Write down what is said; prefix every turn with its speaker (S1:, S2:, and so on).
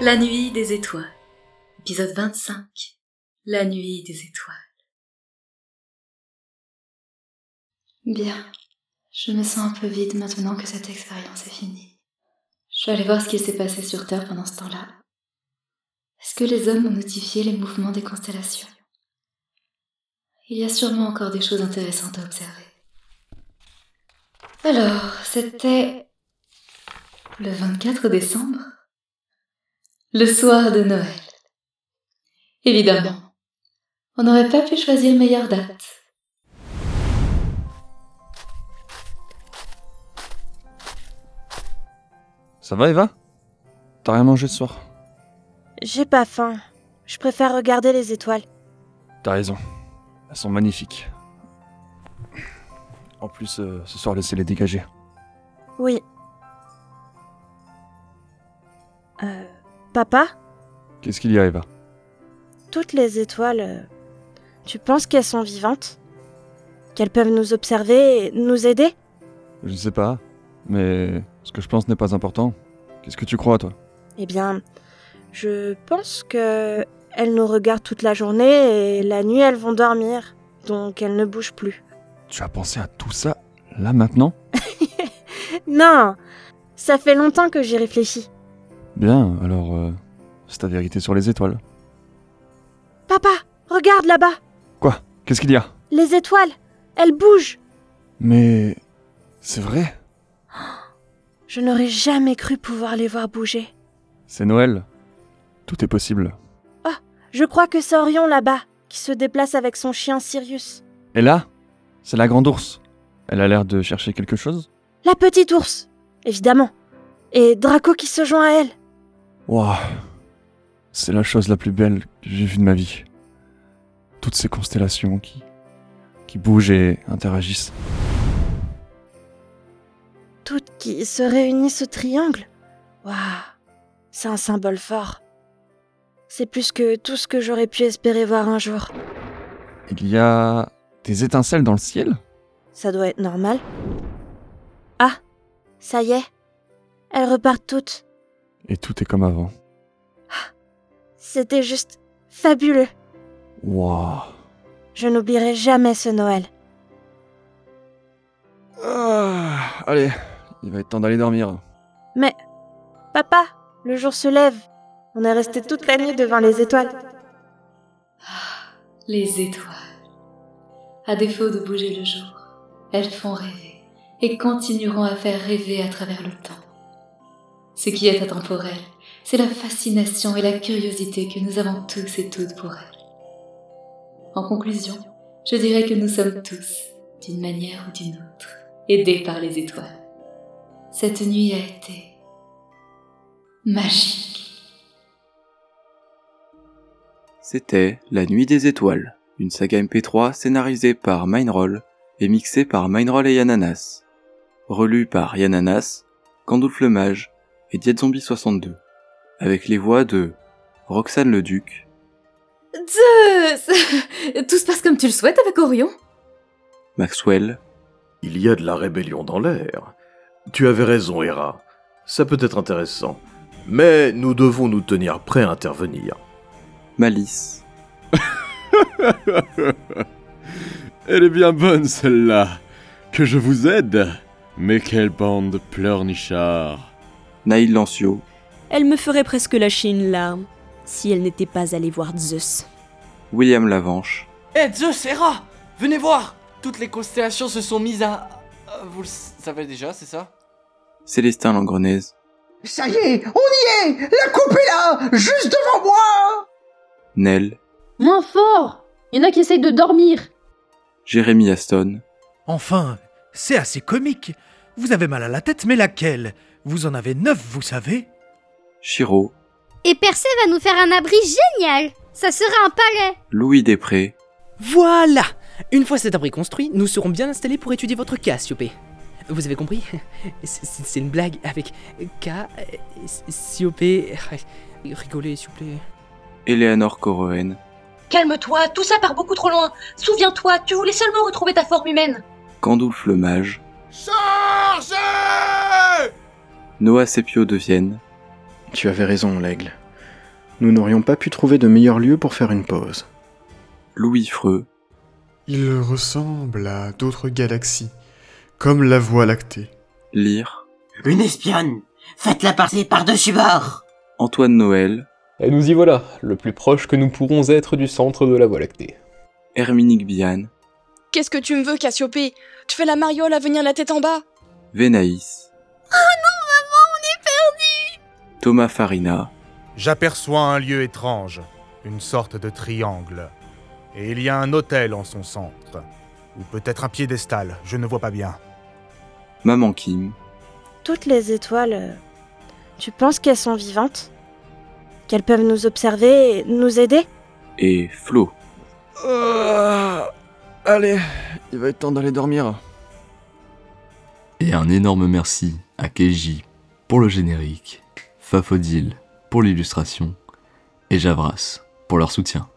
S1: La nuit des étoiles. Épisode 25. La nuit des étoiles.
S2: Bien. Je me sens un peu vide maintenant que cette expérience est finie. Je vais aller voir ce qui s'est passé sur Terre pendant ce temps-là. Est-ce que les hommes ont notifié les mouvements des constellations Il y a sûrement encore des choses intéressantes à observer. Alors, c'était le 24 décembre, le soir de Noël. Évidemment, on n'aurait pas pu choisir meilleure date.
S3: Ça va, Eva T'as rien mangé ce soir
S4: J'ai pas faim. Je préfère regarder les étoiles.
S3: T'as raison. Elles sont magnifiques. En plus, euh, ce soir, laissez-les dégager.
S4: Oui. Euh, papa,
S3: Qu'est-ce qu'il y a, Eva
S4: toutes les étoiles, euh, tu penses qu'elles sont vivantes Qu'elles peuvent nous observer et nous aider
S3: Je ne sais pas, mais ce que je pense n'est pas important. Qu'est-ce que tu crois, toi
S4: Eh bien, je pense que elles nous regardent toute la journée et la nuit elles vont dormir, donc elles ne bougent plus.
S3: Tu as pensé à tout ça, là, maintenant
S4: Non, ça fait longtemps que j'y réfléchis.
S3: Bien, alors, euh, c'est ta vérité sur les étoiles.
S4: Papa, regarde là-bas,
S3: Qu'est-ce qu'il y a
S4: les étoiles, elles bougent.
S3: Mais... C'est vrai
S4: Je n'aurais jamais cru pouvoir les voir bouger.
S3: C'est Noël. Tout est possible.
S4: Je crois que c'est Orion là-bas, qui se déplace avec son chien Sirius.
S3: Et là C'est la grande ours. Elle a l'air de chercher quelque chose
S4: La petite ours, évidemment. Et Draco qui se joint à elle.
S3: Waouh C'est la chose la plus belle que j'ai vue de ma vie. Toutes ces constellations qui. qui bougent et interagissent.
S4: Toutes qui se réunissent au triangle. Waouh, c'est un symbole fort. C'est plus que tout ce que j'aurais pu espérer voir un jour.
S3: Il y a. des étincelles dans le ciel
S4: Ça doit être normal. Ah, ça y est. Elles repartent toutes.
S3: Et tout est comme avant.
S4: C'était juste fabuleux.
S3: Waouh
S4: Je n'oublierai jamais ce Noël.
S3: Ah, Allez, il va être temps d'aller dormir.
S4: Papa, le jour se lève. On est resté toute la nuit devant les étoiles.
S2: Les étoiles. À défaut de bouger le jour, elles font rêver et continueront à faire rêver à travers le temps. Ce qui est intemporel, c'est la fascination et la curiosité que nous avons tous et toutes pour elles. En conclusion, je dirais que nous sommes tous, d'une manière ou d'une autre, aidés par les étoiles. Cette nuit a été magique.
S5: C'était La Nuit des Étoiles, une saga MP3 scénarisée par Mindroll et mixée par Mindroll et Yananas. Relue par Yananas, Gandalf le Mage et Dietzombie62. Avec les voix de Roxane le Duc,
S6: Zeus Euh, Tout se passe comme tu le souhaites avec Orion
S5: Maxwell,
S7: Il y a de la rébellion dans l'air. Tu avais raison, Hera. Ça peut être intéressant. Mais nous devons nous tenir prêts à intervenir.
S5: Malice,
S8: Elle est bien bonne celle-là. Que je vous aide. Mais quelle bande de pleurnichards.
S5: Naïl Lancio,
S9: Elle me ferait presque lâcher une larme si elle n'était pas allée voir Zeus.
S5: William Lavanche,
S10: Eh Zeus, Hera Venez voir Toutes les constellations se sont mises à... à- Vous le savez déjà, c'est ça
S5: Célestin Langrenaise,
S11: Ça y est, on y est La coupe est là Juste devant moi
S5: Nel,
S6: Moins fort Il y en a qui essayent de dormir
S5: Jérémy Aston,
S12: Enfin, c'est assez comique. Vous avez mal à la tête, mais laquelle Vous en avez neuf, vous savez
S5: Chiro,
S6: Et Percé va nous faire un abri génial Ça sera un palais
S5: Louis Després,
S10: Voilà Une fois cet abri construit, nous serons bien installés pour étudier votre cas, Siopé. Vous avez compris C'est- C'est c'est une blague avec K, Siopé... Rigolez, s'il vous plaît.
S5: Eleanor Corohen,
S6: Calme-toi, tout ça part beaucoup trop loin Souviens-toi, tu voulais seulement retrouver ta forme humaine
S5: Gandalf le Mage,
S11: Chargez
S5: Noah Sepio de Vienne,
S10: Tu avais raison, l'aigle.
S7: nous n'aurions pas pu trouver de meilleur lieu pour faire une pause.
S5: Louis Freux.
S6: Il ressemble à d'autres galaxies, comme la Voie lactée.
S5: Lire.
S13: Une espionne Faites-la passer par-dessus bord
S5: Antoine Noël.
S14: Et nous y voilà, le plus proche que nous pourrons être du centre de la Voie lactée.
S5: Herminique Biane.
S15: Qu'est-ce que tu me veux, Cassiopée Tu fais la mariole à venir la tête en bas
S5: Vénaïs.
S16: Oh non, maman, on est perdus
S5: Thomas Farina.
S17: J'aperçois un lieu étrange, une sorte de triangle. Et il y a un hôtel en son centre. Ou peut-être un piédestal, je ne vois pas bien.
S5: Maman Kim.
S4: Toutes les étoiles, euh, tu penses qu'elles sont vivantes Qu'elles peuvent nous observer et nous aider
S5: Et Flo.
S3: Euh, allez, il va être temps d'aller dormir.
S18: Et un énorme merci à Keiji pour le générique, Fafodil pour l'illustration et Javras pour leur soutien.